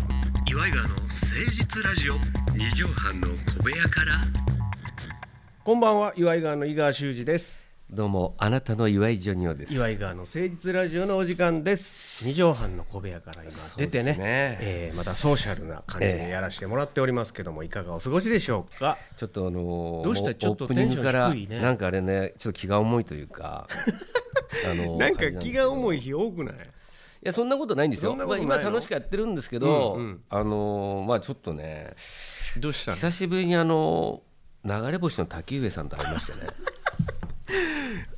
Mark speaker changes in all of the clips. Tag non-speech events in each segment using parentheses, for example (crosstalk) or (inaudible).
Speaker 1: イガーの誠実ラジオ
Speaker 2: 二畳半の小部屋から
Speaker 1: こんばんは岩井川の井川修司です
Speaker 2: どうもあなたの岩井ジョニオです
Speaker 1: 岩井川の誠実ラジオのお時間です二畳半の小部屋から今出てね
Speaker 2: そうですね
Speaker 1: えーまたソーシャルな感じでやらせてもらっておりますけども、いかがお過ごしでしょうか
Speaker 2: ちょっとあのー
Speaker 1: どうした
Speaker 2: も
Speaker 1: ちょっと
Speaker 2: オープニングから
Speaker 1: テンション低いね
Speaker 2: なんかあれねちょっと気が重いとい
Speaker 1: (laughs)
Speaker 2: うかあ
Speaker 1: な
Speaker 2: のー
Speaker 1: ん
Speaker 2: あれ
Speaker 1: か
Speaker 2: です
Speaker 1: 気
Speaker 2: けど
Speaker 1: が重い日多くない
Speaker 2: いやそんなことないんですよ
Speaker 1: そんなことないの
Speaker 2: まあ、今楽しくやってるんですけど、
Speaker 1: うんうん
Speaker 2: あのーまあちょっとね
Speaker 1: どうしたの
Speaker 2: 久しぶりにあのー流れ星の滝上さんと会いましたね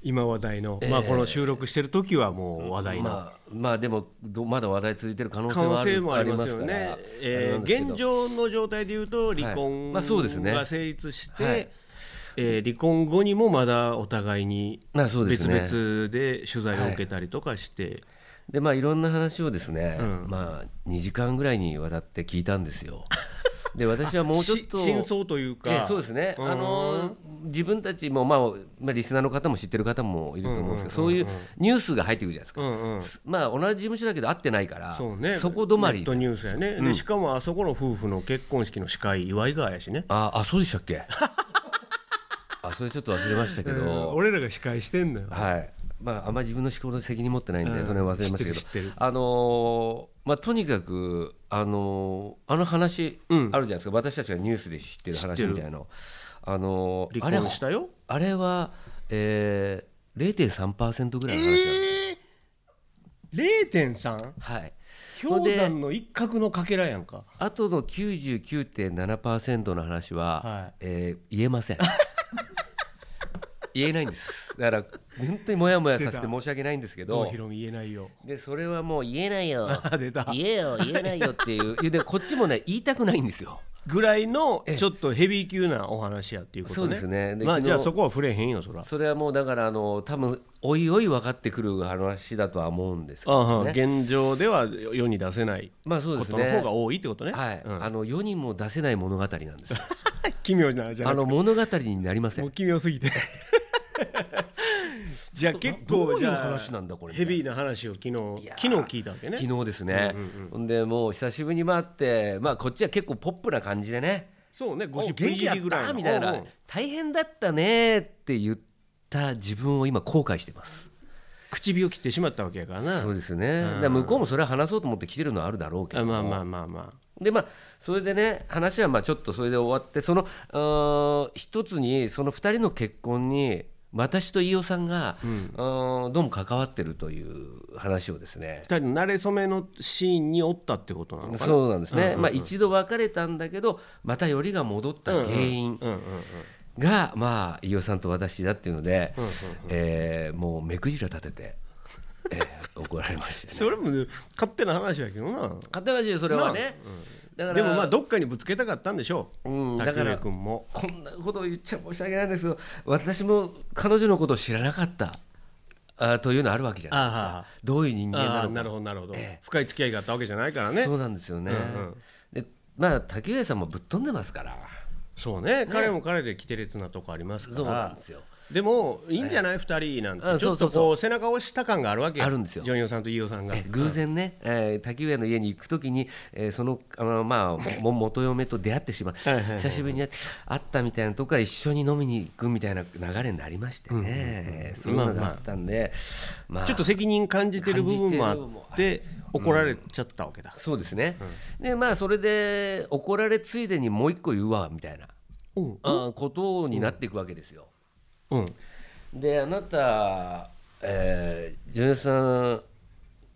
Speaker 1: 今話題の、まあこの収録してる時 (laughs) はもう話題の、
Speaker 2: まあまあでもどまだ話題続いてる可能性
Speaker 1: 可
Speaker 2: は
Speaker 1: 能
Speaker 2: あ
Speaker 1: 性
Speaker 2: る
Speaker 1: もありますよ
Speaker 2: あり
Speaker 1: ね
Speaker 2: ますから。あれ
Speaker 1: え
Speaker 2: なん
Speaker 1: ー
Speaker 2: ですけど
Speaker 1: 現状の状態で言うと離
Speaker 2: はい
Speaker 1: 婚
Speaker 2: まあそうですね
Speaker 1: が成立して、
Speaker 2: はい
Speaker 1: えー離婚後にもまだお互いに
Speaker 2: まあそうで
Speaker 1: 別
Speaker 2: すね
Speaker 1: 々で取材を受けたりとかして、
Speaker 2: でまあいろんな話をですね、
Speaker 1: うん
Speaker 2: まあ2時間ぐらいにわたって聞いたんです
Speaker 1: (laughs)
Speaker 2: よ。で私はもうちょっ
Speaker 1: し
Speaker 2: と
Speaker 1: 真相というか、
Speaker 2: ええそうですね、
Speaker 1: うん
Speaker 2: あの自分たちも、まあまあ、リスナーの方も知ってる方もいると思うんですけど、そういうニュースが入ってくるじゃないですか、
Speaker 1: うんうん、
Speaker 2: すまあ、同じ事務所だけど会ってないから
Speaker 1: そうね
Speaker 2: こ止まり
Speaker 1: ネットニュースやね、でしかもあそこの夫婦の結婚式の司会岩井川やしね、
Speaker 2: ああそうでしたっけ (laughs) あそれちょっと忘れましたけど、
Speaker 1: うん俺らが司会してんのよ、
Speaker 2: はいまあ、あんまり自分の思考の責任持ってないんで、
Speaker 1: うん
Speaker 2: それは忘れましたけ
Speaker 1: 知ってる知っ
Speaker 2: ど
Speaker 1: てる、
Speaker 2: あのーまあ、とにかく、あのーあの話あ
Speaker 1: う
Speaker 2: る
Speaker 1: ん
Speaker 2: じゃないですか、私たちがニュースで知ってる
Speaker 1: 知って
Speaker 2: 話
Speaker 1: る
Speaker 2: みたいなの、あのーあ
Speaker 1: 離
Speaker 2: れ
Speaker 1: 婚したよ
Speaker 2: あれは、えー、0.3%ぐらいの話なんです、
Speaker 1: えー、0.3?
Speaker 2: はい、
Speaker 1: 氷山の一角のかけらやんか
Speaker 2: あとの99.7%の話は、
Speaker 1: はい
Speaker 2: えー言えません (laughs) 言えないんですだから本当にもやもやさせて申し訳ないんですけ
Speaker 1: どう
Speaker 2: ど
Speaker 1: ひろみ言えない
Speaker 2: (laughs)
Speaker 1: よ
Speaker 2: でそれはもう言えないよ
Speaker 1: 出た
Speaker 2: 言えよ言えないよって
Speaker 1: (laughs)
Speaker 2: いういやでこっちもね言いたくないんですよ
Speaker 1: ぐらいの
Speaker 2: ええ
Speaker 1: ちょっとヘビー級なお話やっていうことね
Speaker 2: そうですねで
Speaker 1: まあ
Speaker 2: 昨日
Speaker 1: じゃあそこは触れへんよそら
Speaker 2: それはもうだからあの多分おいおい分かってくる話だとは思うんですけ
Speaker 1: ああ
Speaker 2: ど
Speaker 1: はん
Speaker 2: ね
Speaker 1: 現状では世に出せない
Speaker 2: まあそう
Speaker 1: こ
Speaker 2: です
Speaker 1: との方
Speaker 2: ね
Speaker 1: が多いってことね
Speaker 2: はい、
Speaker 1: うん
Speaker 2: あの世にも出せない物語なんですよ
Speaker 1: 奇妙なじゃ
Speaker 2: あ
Speaker 1: あ
Speaker 2: の物語になりません
Speaker 1: もう奇妙すぎて (laughs) じゃあ結
Speaker 2: ど
Speaker 1: 構
Speaker 2: うい
Speaker 1: じ
Speaker 2: う
Speaker 1: ゃあ
Speaker 2: 話なんだこれ
Speaker 1: ヘビーな話を昨日
Speaker 2: いやー
Speaker 1: 昨日聞いたわけね
Speaker 2: 昨日ですね、
Speaker 1: うん
Speaker 2: ほんでもう久しぶりに会ってまあこっちは結構ポップな感じでね
Speaker 1: そうね
Speaker 2: お
Speaker 1: ゴシ
Speaker 2: 元
Speaker 1: ップい
Speaker 2: 気
Speaker 1: じ
Speaker 2: やっ
Speaker 1: りぐらい
Speaker 2: た
Speaker 1: の
Speaker 2: みたいな
Speaker 1: うん
Speaker 2: 大変だったねって言った自分を今後悔してます
Speaker 1: 唇を切ってしまったわけやからな
Speaker 2: そうですね、だから向こうもそれは話そうと思って来てるのはあるだろうけど
Speaker 1: あまあまあまあま
Speaker 2: でまあそれでね話はまあちょっとそれで終わってそのうーん一つにその二人の結婚に私と飯尾さんが、うーんどうも関わってるという話をですね
Speaker 1: あ二人の馴れ初めのシーンにおったってことなのかな
Speaker 2: そうなんですね、まあ、一度別れたんだけどまたよりが戻った原因
Speaker 1: うんうんうん
Speaker 2: が、まあ、飯尾さんと私だっていうので、えーもう目くじら立てて、えー怒 (laughs) られましたね。
Speaker 1: それもね勝手な話やけどな
Speaker 2: 勝手な話でそれはね、だから
Speaker 1: でもまあどっかにぶつけたかったんでしょう、
Speaker 2: うんだ
Speaker 1: 竹
Speaker 2: か
Speaker 1: 上
Speaker 2: ら
Speaker 1: 君も
Speaker 2: こんなことを言っちゃ申し訳ないんですけど私も彼女のことを知らなかったあというのあるわけじゃないです
Speaker 1: あーはーは
Speaker 2: かどういう人間な
Speaker 1: ああ
Speaker 2: のか
Speaker 1: なるほどなるほど、
Speaker 2: ええ
Speaker 1: 深い付き合いがあったわけじゃないからねそ
Speaker 2: そううなんですよね、
Speaker 1: うんうん
Speaker 2: でまあ竹上さんもぶっ飛んでますから
Speaker 1: ね彼も彼で規定列なとこあります
Speaker 2: そう
Speaker 1: か
Speaker 2: なん
Speaker 1: ら
Speaker 2: ですよ
Speaker 1: でもいいんじゃない、二人なん
Speaker 2: あ
Speaker 1: てちょっと
Speaker 2: そうそうそ
Speaker 1: こう背中を押した感があるわけ
Speaker 2: あるんですよ
Speaker 1: ジョニオさんと飯尾さんが
Speaker 2: え偶然ね、えー滝上の家に行くときに、えーそのあの、まあ、も (laughs) 元嫁と出会ってしまう
Speaker 1: はいはいはいはい
Speaker 2: 久しぶりに会ったみたいなとこから一緒に飲みに行くみたいな流れになりましてね、えーそういうのがあったんで、まあ
Speaker 1: ちょっと責任感じてる部分もあ
Speaker 2: 感じてる部分も
Speaker 1: っ
Speaker 2: あるん
Speaker 1: て
Speaker 2: ですよ
Speaker 1: 怒られちゃったわけだ、
Speaker 2: そうですね、でまあそれで怒られついでにもう一個言うわみたいな、
Speaker 1: うん
Speaker 2: あーことになっていくわけですよ。
Speaker 1: うん、
Speaker 2: であなた、えー、ジュニアさん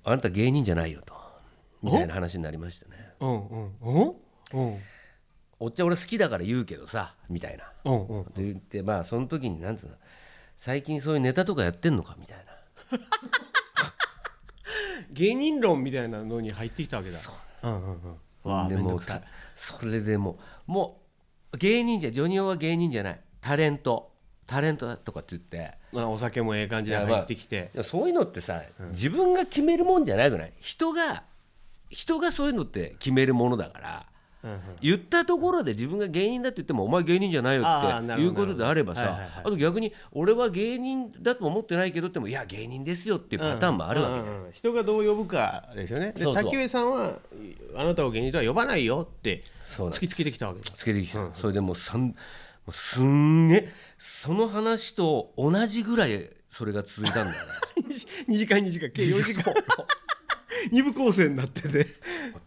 Speaker 2: あなた芸人じゃないよとみたいな話になりましたね。
Speaker 1: うんうんうんうん
Speaker 2: おっちゃん俺好きだから言うけどさみたいな。
Speaker 1: うんうん
Speaker 2: と言ってまあその時になんつうの最近そういうネタとかやってんのかみたいな。
Speaker 1: 芸人論みたいなのに入ってきたわけだうんうんうんわあ
Speaker 2: で
Speaker 1: めんど
Speaker 2: も
Speaker 1: くさい
Speaker 2: それでもうもう芸人じゃジョニオは芸人じゃないタレントタレントだとかって言って。
Speaker 1: まあお酒もええ感じで入ってきて
Speaker 2: いやそういうのってさ、自分が決めるもんじゃないくない人が人がそういうのって決めるものだから
Speaker 1: うんうん
Speaker 2: 言ったところで自分が芸人だって言ってもお前芸人じゃないよ
Speaker 1: あーな
Speaker 2: っ
Speaker 1: るほ
Speaker 2: てい
Speaker 1: ど
Speaker 2: うことであればさ、
Speaker 1: なるほどはいはい
Speaker 2: あと逆に俺は芸人だと思ってないけどってもいや芸人ですよっていうパターンもあるわけじゃん、
Speaker 1: うんうん人がどう呼ぶかですよねで
Speaker 2: そうそう
Speaker 1: 竹上さんはあなたを芸人とは呼ばないよって
Speaker 2: そうなん
Speaker 1: 突きつけてきた (laughs) わけです
Speaker 2: つけてきて、それでもうさんもうすんげえその話と同じぐらいそれが続いた
Speaker 1: (laughs)
Speaker 2: んだよね
Speaker 1: 2時間2時間計4時間
Speaker 2: (laughs)
Speaker 1: 二部構成になってて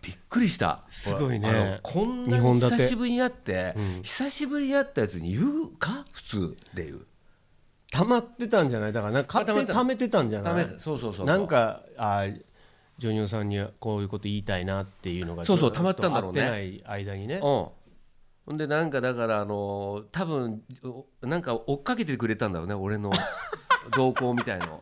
Speaker 2: びっくりした
Speaker 1: すごいね
Speaker 2: あのこんな
Speaker 1: 二本
Speaker 2: に
Speaker 1: 立て
Speaker 2: 久しぶりに会って、久しぶりに会ったやつに言うか普通で言う
Speaker 1: 溜まってたんじゃないだからなんか勝手に溜
Speaker 2: 溜
Speaker 1: めてたんじゃ
Speaker 2: ダ
Speaker 1: な
Speaker 2: メ
Speaker 1: い
Speaker 2: だそうそうそう
Speaker 1: なんかあージョニオさんにはこういうこと言いたいなっていうのが
Speaker 2: そうそう
Speaker 1: ずっと
Speaker 2: 溜まったんだろうね
Speaker 1: 会ってない間にね
Speaker 2: うんほんでなんかだからあのー多分おなんか追っかけてくれたんだろうね
Speaker 1: (laughs)
Speaker 2: 俺の動向みたいの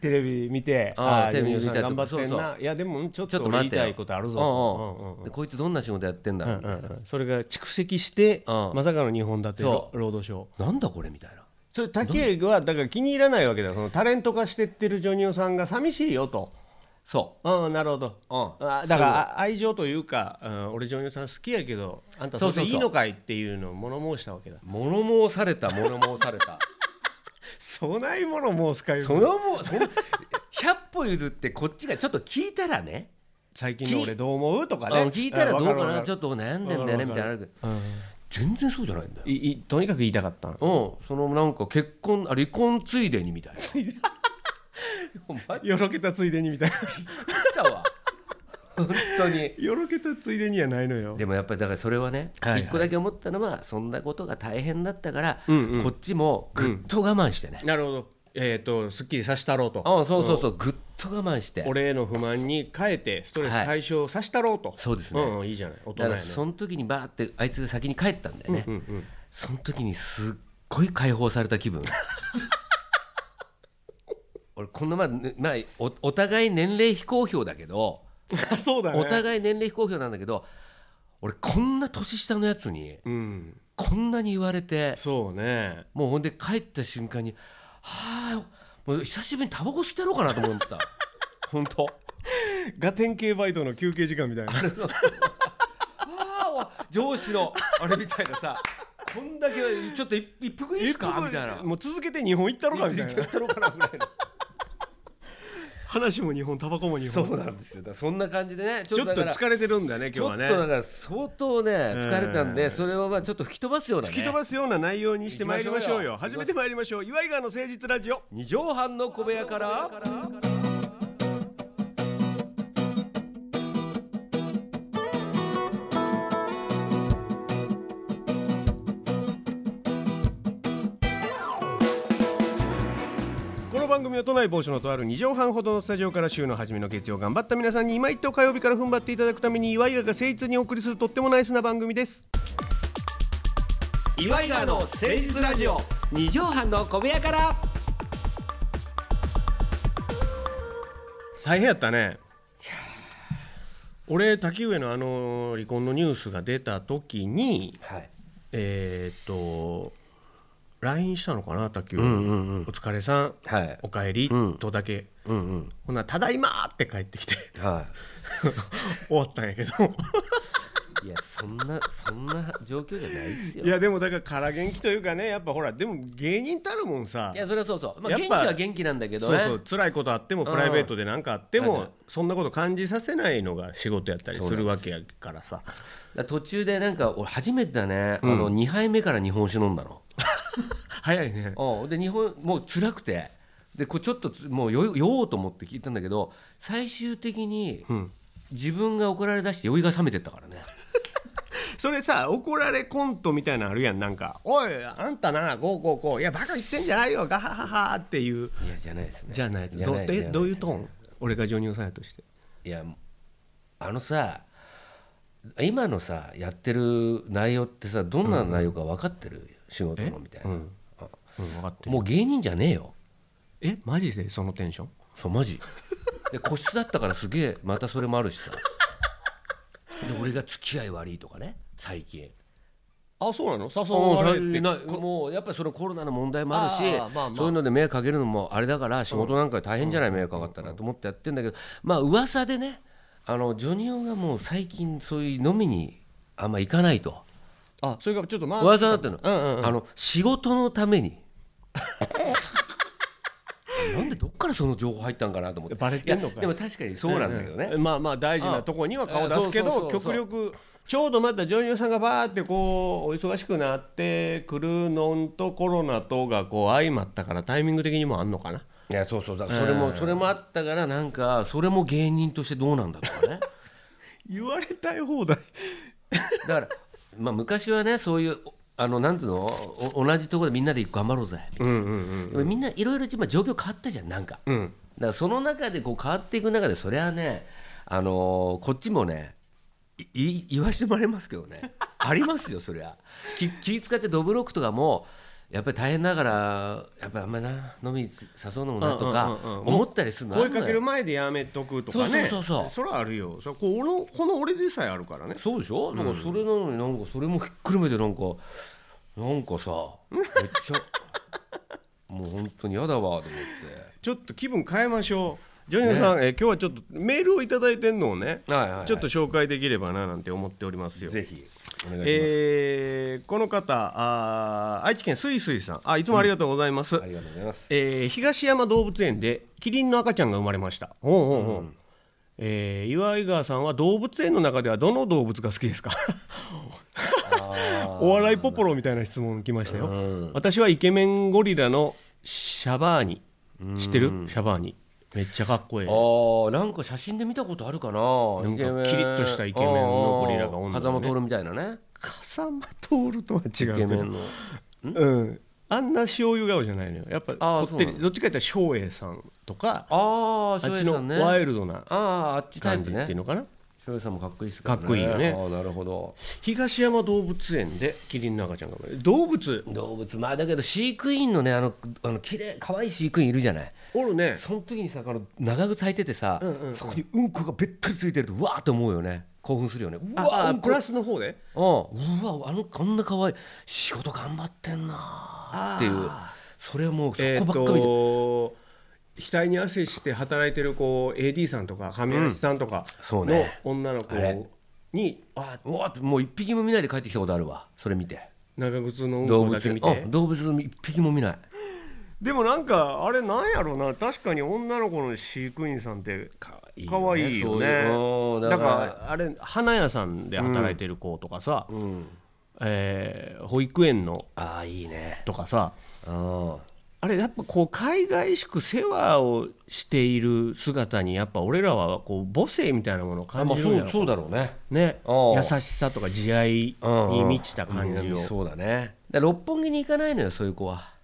Speaker 1: テレビ見て
Speaker 2: あー
Speaker 1: ー
Speaker 2: テレビ見たり
Speaker 1: ジョニオさん頑
Speaker 2: とか
Speaker 1: 張ってんな
Speaker 2: そう
Speaker 1: いやでもちょっ
Speaker 2: ちょ
Speaker 1: と
Speaker 2: っと
Speaker 1: 俺言
Speaker 2: 待
Speaker 1: い
Speaker 2: ってよ
Speaker 1: たいことあるぞ
Speaker 2: うんうん
Speaker 1: うんうん
Speaker 2: でこいつどんな仕事やってんだろう、
Speaker 1: うんうんうんそれが蓄積して
Speaker 2: うん
Speaker 1: まさかの日本だって
Speaker 2: そ
Speaker 1: 労働省
Speaker 2: なんだこれみたいな
Speaker 1: それ竹はだから気に入らないわけだよそのタレント化してってるジョニオさんが寂しいよと
Speaker 2: そ
Speaker 1: うんなるほど
Speaker 2: う、うん、
Speaker 1: あだからあ愛情というか、うん、俺ジョニオさん好きやけどあんたそれでいいのかいっていうのを物申したわけだ
Speaker 2: 物申された物申さ
Speaker 1: (laughs)
Speaker 2: れた
Speaker 1: そないもの申すかよ
Speaker 2: そのもうその100歩譲ってこっちがちょっと聞いたらね
Speaker 1: 最近の俺どう思うとか
Speaker 2: あ
Speaker 1: ね
Speaker 2: の聞いたらどうかなち
Speaker 1: ょっ
Speaker 2: ょっと悩んでんだよねみたいなのあるけど
Speaker 1: と、うん
Speaker 2: 全然そうじゃないんだよ
Speaker 1: いいとにかく言いたかったの
Speaker 2: うんそのなんか結婚あ離婚ついでにみたいなお前
Speaker 1: よろけたついでにみたいな
Speaker 2: 来たわ (laughs) 本当に
Speaker 1: (laughs) よろけたついでにはないのよ
Speaker 2: でもやっぱりだからそれはね
Speaker 1: はいはい
Speaker 2: 一個だけ思ったのはそんなことが大変だったから
Speaker 1: うんうん
Speaker 2: こっちもぐっと我慢してね
Speaker 1: なるほどえっ、とすっきりさしたろうと
Speaker 2: あそうそうそうぐっと我慢して
Speaker 1: 俺への不満に変えてストレス解消さしたろうと、
Speaker 2: そうですね
Speaker 1: うんうんいいじゃない大人
Speaker 2: だ
Speaker 1: や
Speaker 2: か
Speaker 1: ね
Speaker 2: らその時にバーってあいつが先に帰ったんだよね、
Speaker 1: うんうん
Speaker 2: その時にすっごい解放された気分 (laughs) 俺こんなまあね前おお互い年齢非公表だけど
Speaker 1: (laughs) そうだね
Speaker 2: お互い年齢非公表なんだけど俺こんな年下のやつに
Speaker 1: うん
Speaker 2: こんなに言われて
Speaker 1: そうね
Speaker 2: もうほんで帰った瞬間にはあもう久しぶりにタバコ捨てろうかなと思った (laughs) 本当 (laughs)
Speaker 1: ガテン系バイトの休憩時間みたいな
Speaker 2: あーわ上司のあれみたいなさこんだけちょっと一一服いいっすかみたいな
Speaker 1: もう続けて日本行ったろかみたい
Speaker 2: 一服
Speaker 1: ない
Speaker 2: ったろかなぐらいの
Speaker 1: 話も日本タバコも日
Speaker 2: そう
Speaker 1: 本
Speaker 2: なんですよだからそんな感じでねち
Speaker 1: ち
Speaker 2: ょ
Speaker 1: ょ
Speaker 2: っ
Speaker 1: っ
Speaker 2: と
Speaker 1: と
Speaker 2: だから
Speaker 1: 疲れてるんだね
Speaker 2: ちょ
Speaker 1: 今
Speaker 2: っ
Speaker 1: 日は
Speaker 2: と
Speaker 1: ね
Speaker 2: だから相当ね疲れたん
Speaker 1: え
Speaker 2: で
Speaker 1: え
Speaker 2: それはまあちょっと吹き飛ばすようなね
Speaker 1: 突き飛ばすような内容にしてまいりましょうよ
Speaker 2: 行きましょうよ
Speaker 1: 初めてまいりましょう岩井川の誠実ラジオ
Speaker 2: 二畳半の小部屋から
Speaker 1: この番組は都内某所のとある2畳半ほどのスタジオから週の初めの月曜頑張った皆さんに今一頭火曜日から踏ん張っていただくために岩井川が誠実にお送りするとってもナイスな番組です岩井川の誠実ラジオ
Speaker 2: 二畳半の小部屋から
Speaker 1: 大変やったね俺滝上のあの離婚のニュースが出た時に
Speaker 2: はい
Speaker 1: えーっと LINE したのかな滝上、
Speaker 2: うんうんうん
Speaker 1: お疲れさん
Speaker 2: はい
Speaker 1: おかえり、
Speaker 2: うん
Speaker 1: とだけ
Speaker 2: うんうん
Speaker 1: ほな「ただいま!」って帰ってき (laughs) て
Speaker 2: は
Speaker 1: 終わったんやけど
Speaker 2: いいやそんなそんな状況じゃないですよ
Speaker 1: いやでもだから空元気というかねやっぱほらでも芸人たるもんさ
Speaker 2: いやそれはそうそうまあ
Speaker 1: やっ
Speaker 2: 元気
Speaker 1: ぱ
Speaker 2: は元気なんだけど
Speaker 1: そう
Speaker 2: ね
Speaker 1: そう辛いことあっても
Speaker 2: うん
Speaker 1: プライベートで何かあって
Speaker 2: はいはい
Speaker 1: もそんなこと感じさせないのが仕事やったりするわけやからさ
Speaker 2: だから途中でなんか俺初めてだねあの二杯目から日本酒飲んだの
Speaker 1: 早いね
Speaker 2: うん、で日本もう辛くてでこうちょっとつもう酔い酔おうと思って聞いたんだけど最終的に
Speaker 1: ん
Speaker 2: 自分が怒られだして酔いが冷めてったからね
Speaker 1: それさ怒られコントみたいなのあるやんなんか「おいあんたなこうこうこういやバカ言ってんじゃないよガハハハ」っていう
Speaker 2: いやじゃないですね
Speaker 1: じゃない
Speaker 2: じゃ
Speaker 1: ど
Speaker 2: ないじゃ
Speaker 1: え
Speaker 2: ない
Speaker 1: どういうトーン俺がジョニオさんやとして
Speaker 2: いやあのさ今のさやってる内容ってさどんな内容か分かってる、仕事のみたいな、
Speaker 1: うん、うん、分かって
Speaker 2: もう芸人じゃねえよ
Speaker 1: えマジでそのテンション
Speaker 2: そうマジで個室だったからすげえまたそれもあるしさで俺が付き合い悪いとかね最近
Speaker 1: あそうなの誘
Speaker 2: もう
Speaker 1: われて
Speaker 2: なもうやっぱりそのコロナの問題もあるし
Speaker 1: あーまあまあ
Speaker 2: そういうので迷惑かけるのもあれだから仕事なんか大変じゃない迷惑かかったらと思ってやってんだけどまあ噂でねあのジョニオがもう最近そういう飲みにあんま行かないと
Speaker 1: あそれがちょっとまあ
Speaker 2: 噂になってるの,、
Speaker 1: うんうんうん
Speaker 2: あの仕事のため
Speaker 1: (laughs)
Speaker 2: になんでどっからその情報入ったんかなと思って
Speaker 1: バレてんのかい
Speaker 2: いやでも確かにそうなんだけどね、
Speaker 1: えまあまあ大事なとこには顔出すけ
Speaker 2: ああ
Speaker 1: ど
Speaker 2: そうそうそ
Speaker 1: 極
Speaker 2: うそう
Speaker 1: 力ちょうどまた女優さんがバーってこうお忙しくなってくるのんとコロナとがこう相まったからタイミング的にもあんのかない
Speaker 2: やそうそうだからそれも、それもあったからなんかそれも芸人としてどうなんだとかね
Speaker 1: 言われたい放題
Speaker 2: だから、まあ、昔はねそういうあのなんつうのお同じところでみんなで頑張ろうぜみたい
Speaker 1: うんうんうん
Speaker 2: な、みんないろいろ今状況変わったじゃんなんか、
Speaker 1: うん
Speaker 2: だからその中でこう変わっていく中でそれはね、あのーこっちもねいい言わしてもらいますけど
Speaker 1: (laughs)
Speaker 2: ねありますよそりゃ気気使ってドブロックとかもやっぱり大変だからやっぱりあんまな飲みに誘うのもなとか
Speaker 1: うんうんうんうん
Speaker 2: 思ったりするのあ
Speaker 1: 声
Speaker 2: んのよ
Speaker 1: かける前でやめとくとかね
Speaker 2: そうそうそうそう
Speaker 1: それはあるよそれこう俺のこの俺でさえあるからね
Speaker 2: そうでしょ、だからそれなのになんかそれもひっくるめてなんかなんかさめっち (laughs) ゃもう本当に嫌だわと思って
Speaker 1: ちょっと気分変えましょうジョニオさん、えー今日はちょっとメールをいただいてんのをね、
Speaker 2: はいはいはい
Speaker 1: ちょっと紹介できればななんて思っておりますよ
Speaker 2: ぜひお願いします、
Speaker 1: えーこの方あー愛知県すいすいさんあいつもありがとうございます、
Speaker 2: ありがとうござ
Speaker 1: (laughs)
Speaker 2: います
Speaker 1: えー東山動物園でキリンの赤ちゃんが生まれましたおうおうおうえー岩井川さんは動物園の中ではどの動物が好きですかお笑いポポロみたいな質問来ましたよ、
Speaker 2: うん
Speaker 1: 私はイケメンゴリラのシャバーニ知ってるシャバーニめっちゃかっこいい
Speaker 2: あーなんか写真で見たことあるかな
Speaker 1: なんか
Speaker 2: イケメン
Speaker 1: キリッとしたイケメンのゴリラが女のね
Speaker 2: あー風間徹みたいなね
Speaker 1: 風間徹とは違う
Speaker 2: イ
Speaker 1: け
Speaker 2: ケ
Speaker 1: ど
Speaker 2: メンの
Speaker 1: うん、あんな醤油顔じゃないのよやっぱ
Speaker 2: あー
Speaker 1: こって
Speaker 2: そうな
Speaker 1: り
Speaker 2: の
Speaker 1: どっちかって言ったら照英さんとか
Speaker 2: ああ
Speaker 1: あっ
Speaker 2: 翔
Speaker 1: ち
Speaker 2: 平さんね
Speaker 1: のワイルドな
Speaker 2: あああっちタイ
Speaker 1: 感
Speaker 2: プ
Speaker 1: じっていう
Speaker 2: ね
Speaker 1: のかな、
Speaker 2: 翔平さんもかっこいいです
Speaker 1: かっこいいよね
Speaker 2: ああなるほど
Speaker 1: 東山動物園でキリンの赤ちゃんが生まれ動物
Speaker 2: 動物まあだけど飼育員のねあのあの綺麗可愛い飼育員いるじゃない
Speaker 1: おるね
Speaker 2: その時にさこの長靴履いててさ、
Speaker 1: んうんうん
Speaker 2: そこにうんこがべったりついてるとうわーって思うよね興奮するよねうわ
Speaker 1: あ
Speaker 2: う
Speaker 1: あ
Speaker 2: ん
Speaker 1: プ
Speaker 2: こ
Speaker 1: ラスの方で
Speaker 2: うんうわあのこんな可愛い仕事頑張ってんなーっていうそれはもうそ
Speaker 1: え
Speaker 2: こ
Speaker 1: っ
Speaker 2: ばっかりで、
Speaker 1: と額に汗して働いてるこう AD さんとか亀梨さんとか
Speaker 2: そう
Speaker 1: の
Speaker 2: ね
Speaker 1: 女の子
Speaker 2: あれ
Speaker 1: にあ
Speaker 2: うわーってもう一匹も見ないで帰ってきたことあるわそれ見て
Speaker 1: 長靴のうん
Speaker 2: 動
Speaker 1: こ
Speaker 2: 物
Speaker 1: だけ見
Speaker 2: う
Speaker 1: て
Speaker 2: ん動物の一匹も見ない
Speaker 1: でもなんかあれなんやろうな確かに女の子の飼育員さんってか
Speaker 2: いいよね
Speaker 1: わいいよね
Speaker 2: そういううん
Speaker 1: だ
Speaker 2: だ
Speaker 1: か
Speaker 2: から
Speaker 1: らあれ花屋さんで働いてる子とかさ、
Speaker 2: うん
Speaker 1: えー保育園の
Speaker 2: ああいいね
Speaker 1: とかさ
Speaker 2: うん
Speaker 1: あれやっぱこう海外しく世話をしている姿にやっぱ俺らはこう母性みたいなものを
Speaker 2: あ
Speaker 1: 感
Speaker 2: まあ
Speaker 1: じるんや
Speaker 2: そう
Speaker 1: ろ
Speaker 2: そうだろうね
Speaker 1: ね
Speaker 2: うん
Speaker 1: 優しさとか慈愛に満ちた感
Speaker 2: う
Speaker 1: じ
Speaker 2: ん
Speaker 1: を
Speaker 2: そうだねだから六本木に行かないのよそういう子は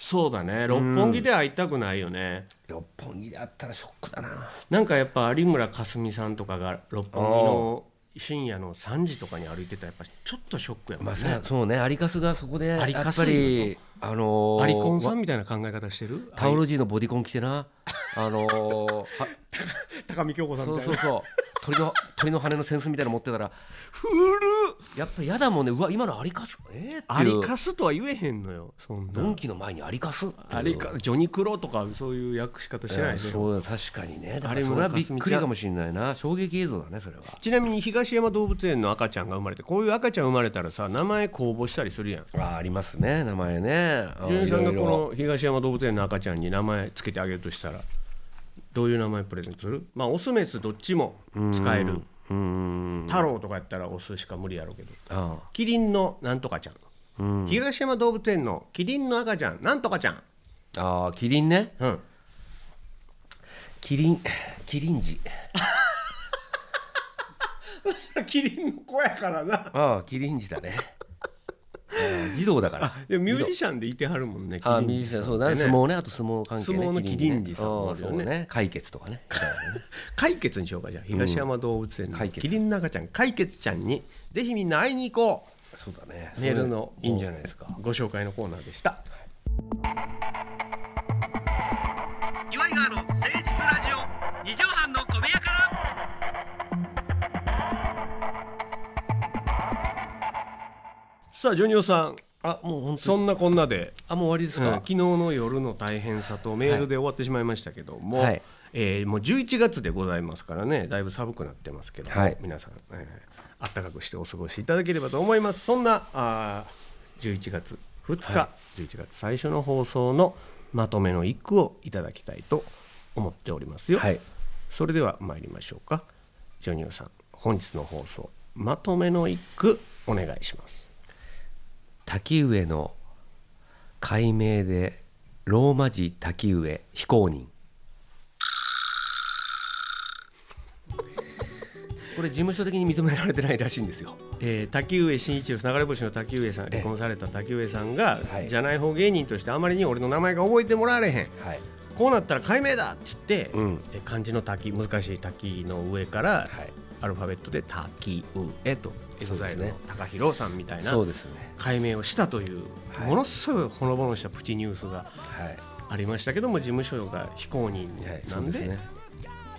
Speaker 1: そうだね六本木で会いたくないよね
Speaker 2: 六本木で会ったらショックだな
Speaker 1: なんかやっぱ有村架純さんとかが六本木の深夜の3時とかに歩いてたらやっぱちょっとショックやもん
Speaker 2: まあ
Speaker 1: ね、
Speaker 2: さそうねアリカスがそこでや
Speaker 1: アリカ
Speaker 2: っ
Speaker 1: ス
Speaker 2: ぱりあのー
Speaker 1: アリコンさ
Speaker 2: わ
Speaker 1: んみたいな考え方してる
Speaker 2: タオルジーのボディコン着てなあ (laughs) のーは
Speaker 1: 高見京子さん
Speaker 2: そ
Speaker 1: みた
Speaker 2: う
Speaker 1: い
Speaker 2: そ
Speaker 1: な
Speaker 2: うそう鳥の鳥の羽の扇子みたいなの持ってたら
Speaker 1: 古っ
Speaker 2: やっぱ嫌だもんねうわ今のアリカスえー、っ
Speaker 1: ア
Speaker 2: てい
Speaker 1: リ
Speaker 2: う
Speaker 1: カスとは言えへんのよそん
Speaker 2: ド
Speaker 1: な
Speaker 2: ンキの前にアリカスっていう
Speaker 1: アリカジョニクロとかそういう訳し方してない
Speaker 2: や
Speaker 1: でしょ
Speaker 2: そうだ確かにねだ
Speaker 1: あ
Speaker 2: か
Speaker 1: れ
Speaker 2: ら
Speaker 1: も
Speaker 2: それ
Speaker 1: か
Speaker 2: は
Speaker 1: すみ
Speaker 2: びっ
Speaker 1: ちゃん
Speaker 2: くりかもしれないな衝撃映像だねそれは
Speaker 1: ちなみに東山動物園の赤ちゃんが生まれてこういう赤ちゃん生まれたらさ名前公募したりするやん
Speaker 2: あありますね名前ねうん
Speaker 1: 純一さんが
Speaker 2: い
Speaker 1: こ
Speaker 2: ろいろ
Speaker 1: の東山動物園の赤ちゃんに名前つけてあげるとしたらどういう名前プレゼントするまあオスメスどっちも使える
Speaker 2: うーん
Speaker 1: 太郎とかやったらオスしか無理やろうけど
Speaker 2: あ
Speaker 1: キリンのなんとかちゃん、東山動物園のキリンの赤ちゃんなんとかちゃん、
Speaker 2: あああキリンね (laughs)
Speaker 1: うん、
Speaker 2: キリンキリンジ
Speaker 1: キリンの子やからな
Speaker 2: ああキリンジだねうん児童だから
Speaker 1: でもミュージシャンでいてはるもんね
Speaker 2: ああ
Speaker 1: キリン
Speaker 2: 右手そうだね相撲ねあと相撲関係ね
Speaker 1: 相撲のキリンジ
Speaker 2: ね
Speaker 1: さんもあ
Speaker 2: ああ
Speaker 1: る
Speaker 2: そ
Speaker 1: よね
Speaker 2: うだね解決とかね
Speaker 1: 解決にしようかじゃあ東山動物園の
Speaker 2: 解決
Speaker 1: キリンの赤ちゃん解決ちゃんにぜひみんな会いに行こ
Speaker 2: そうだね
Speaker 1: うメールの
Speaker 2: いいんじゃないですか
Speaker 1: ご紹介のコーナーでした
Speaker 3: 岩井川の誠実ラジオ二畳半の小部屋から
Speaker 1: さあジョニオさん
Speaker 2: あもう本当
Speaker 1: そ
Speaker 2: に
Speaker 1: んなこんなで、
Speaker 2: あもう終わりです
Speaker 1: うん
Speaker 2: か
Speaker 1: 昨、日の夜の大変さとメールで終わってしまいましたけども、
Speaker 2: はい
Speaker 1: えーもう11月でございますからねだいぶ寒くなってますけども、
Speaker 2: はい
Speaker 1: 皆さん、えー、暖かくしてお過ごしいただければと思いますそんなあー11月2日、
Speaker 2: は
Speaker 1: 11月最初の放送のまとめの一句をいただきたいと思っておりますよ、
Speaker 2: はい
Speaker 1: それでは参りましょうかジョニオさん本日の放送まとめの一句お願いします
Speaker 2: 滝上の解明でローマ字滝上非公認これ事務所的に認められてないらしいんですよ
Speaker 1: えー滝上真一郎流れ星の滝上さん
Speaker 2: ええ
Speaker 1: 離婚された滝上さんが、
Speaker 2: はい
Speaker 1: じゃない方芸人としてあまりに俺の名前が覚えてもらわれへん
Speaker 2: はい
Speaker 1: こうなったら解明だって言って、
Speaker 2: うん
Speaker 1: えー漢字の滝難しい滝の上から、
Speaker 2: はい
Speaker 1: アルファベットで滝上と
Speaker 2: そ
Speaker 1: EXILE
Speaker 2: うですね
Speaker 1: の高弘さんみたいな
Speaker 2: そうですね
Speaker 1: 解明をしたという、
Speaker 2: はい
Speaker 1: ものすごいほのぼのしたプチニュースが
Speaker 2: はい
Speaker 1: ありましたけども事務所が非公認
Speaker 2: はい
Speaker 1: な
Speaker 2: そうんで
Speaker 1: で,、
Speaker 2: すね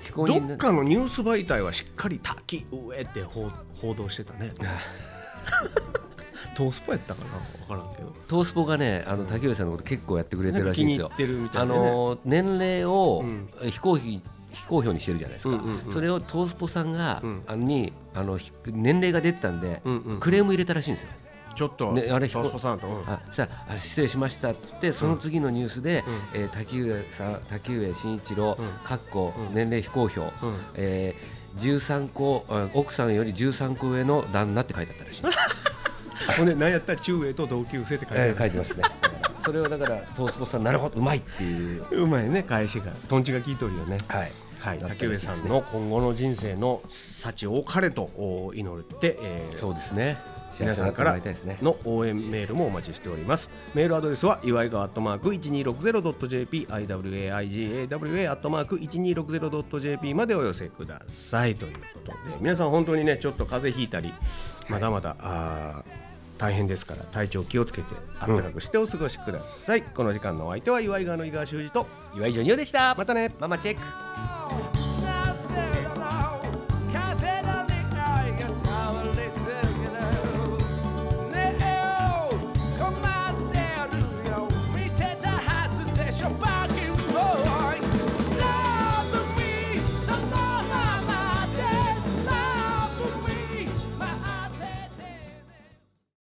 Speaker 2: 非公認
Speaker 1: どっかのニュース媒体はしっかり滝上って報報道してたね。 (laughs) トースポやったかな分からんけど。
Speaker 2: トースポがねあの竹内さんのこと結構やってくれてるらしい
Speaker 1: 気
Speaker 2: んで
Speaker 1: に
Speaker 2: す
Speaker 1: 入
Speaker 2: よ
Speaker 1: ってるみた
Speaker 2: あ
Speaker 1: いな、ね。
Speaker 2: のー年齢を
Speaker 1: うん
Speaker 2: 非公表非公表にしてるじゃないですか、
Speaker 1: うんうんうん
Speaker 2: それをトースポさんが、
Speaker 1: うん
Speaker 2: あのにあのひ年齢が出てたんで、
Speaker 1: うんうん
Speaker 2: クレーム入れたらしいんですよ。
Speaker 1: ちょっと、
Speaker 2: ねあれ
Speaker 1: トースポさんと、うん
Speaker 2: あそしたらあ失礼しましたって言ってその次のニュースで、
Speaker 1: う
Speaker 2: えー滝上さん滝上慎一郎、
Speaker 1: うん
Speaker 2: かっこ
Speaker 1: うん
Speaker 2: 年齢非公表、
Speaker 1: うん
Speaker 2: えー13個あ奥さんより13個上の旦那って書いてあったらしいんですよ、
Speaker 1: ほんで何やったら中英と同級生って書いてあ
Speaker 2: え
Speaker 1: る
Speaker 2: ー書いてますねそれをだからトースポさんなるほどうまいっていう、
Speaker 1: うまいね返しがとんちが効いとるよね
Speaker 2: はい
Speaker 1: はい
Speaker 2: だったらし
Speaker 1: 竹
Speaker 2: い
Speaker 1: 上
Speaker 2: ですね
Speaker 1: さんの今後の人生の幸多かれとお祈って、えー
Speaker 2: そうですね幸
Speaker 1: 皆
Speaker 2: せ
Speaker 1: さ
Speaker 2: になんっても
Speaker 1: から
Speaker 2: い
Speaker 1: ら
Speaker 2: たいですね
Speaker 1: の応援メールもお待ちしておりますメールアドレスは祝いがアットマーク 1260.jp iwaigawa アットマーク 1260.jp までお寄せくださいということで皆さん本当にねちょっと風邪ひいたりまだまだ、あー大変ですから体調気をつけてあったかくしてお過ごしください、この時間のお相手は祝いがの井川修司と
Speaker 2: 岩井ジョニオでした
Speaker 1: またね
Speaker 2: ママチェック
Speaker 4: Oh,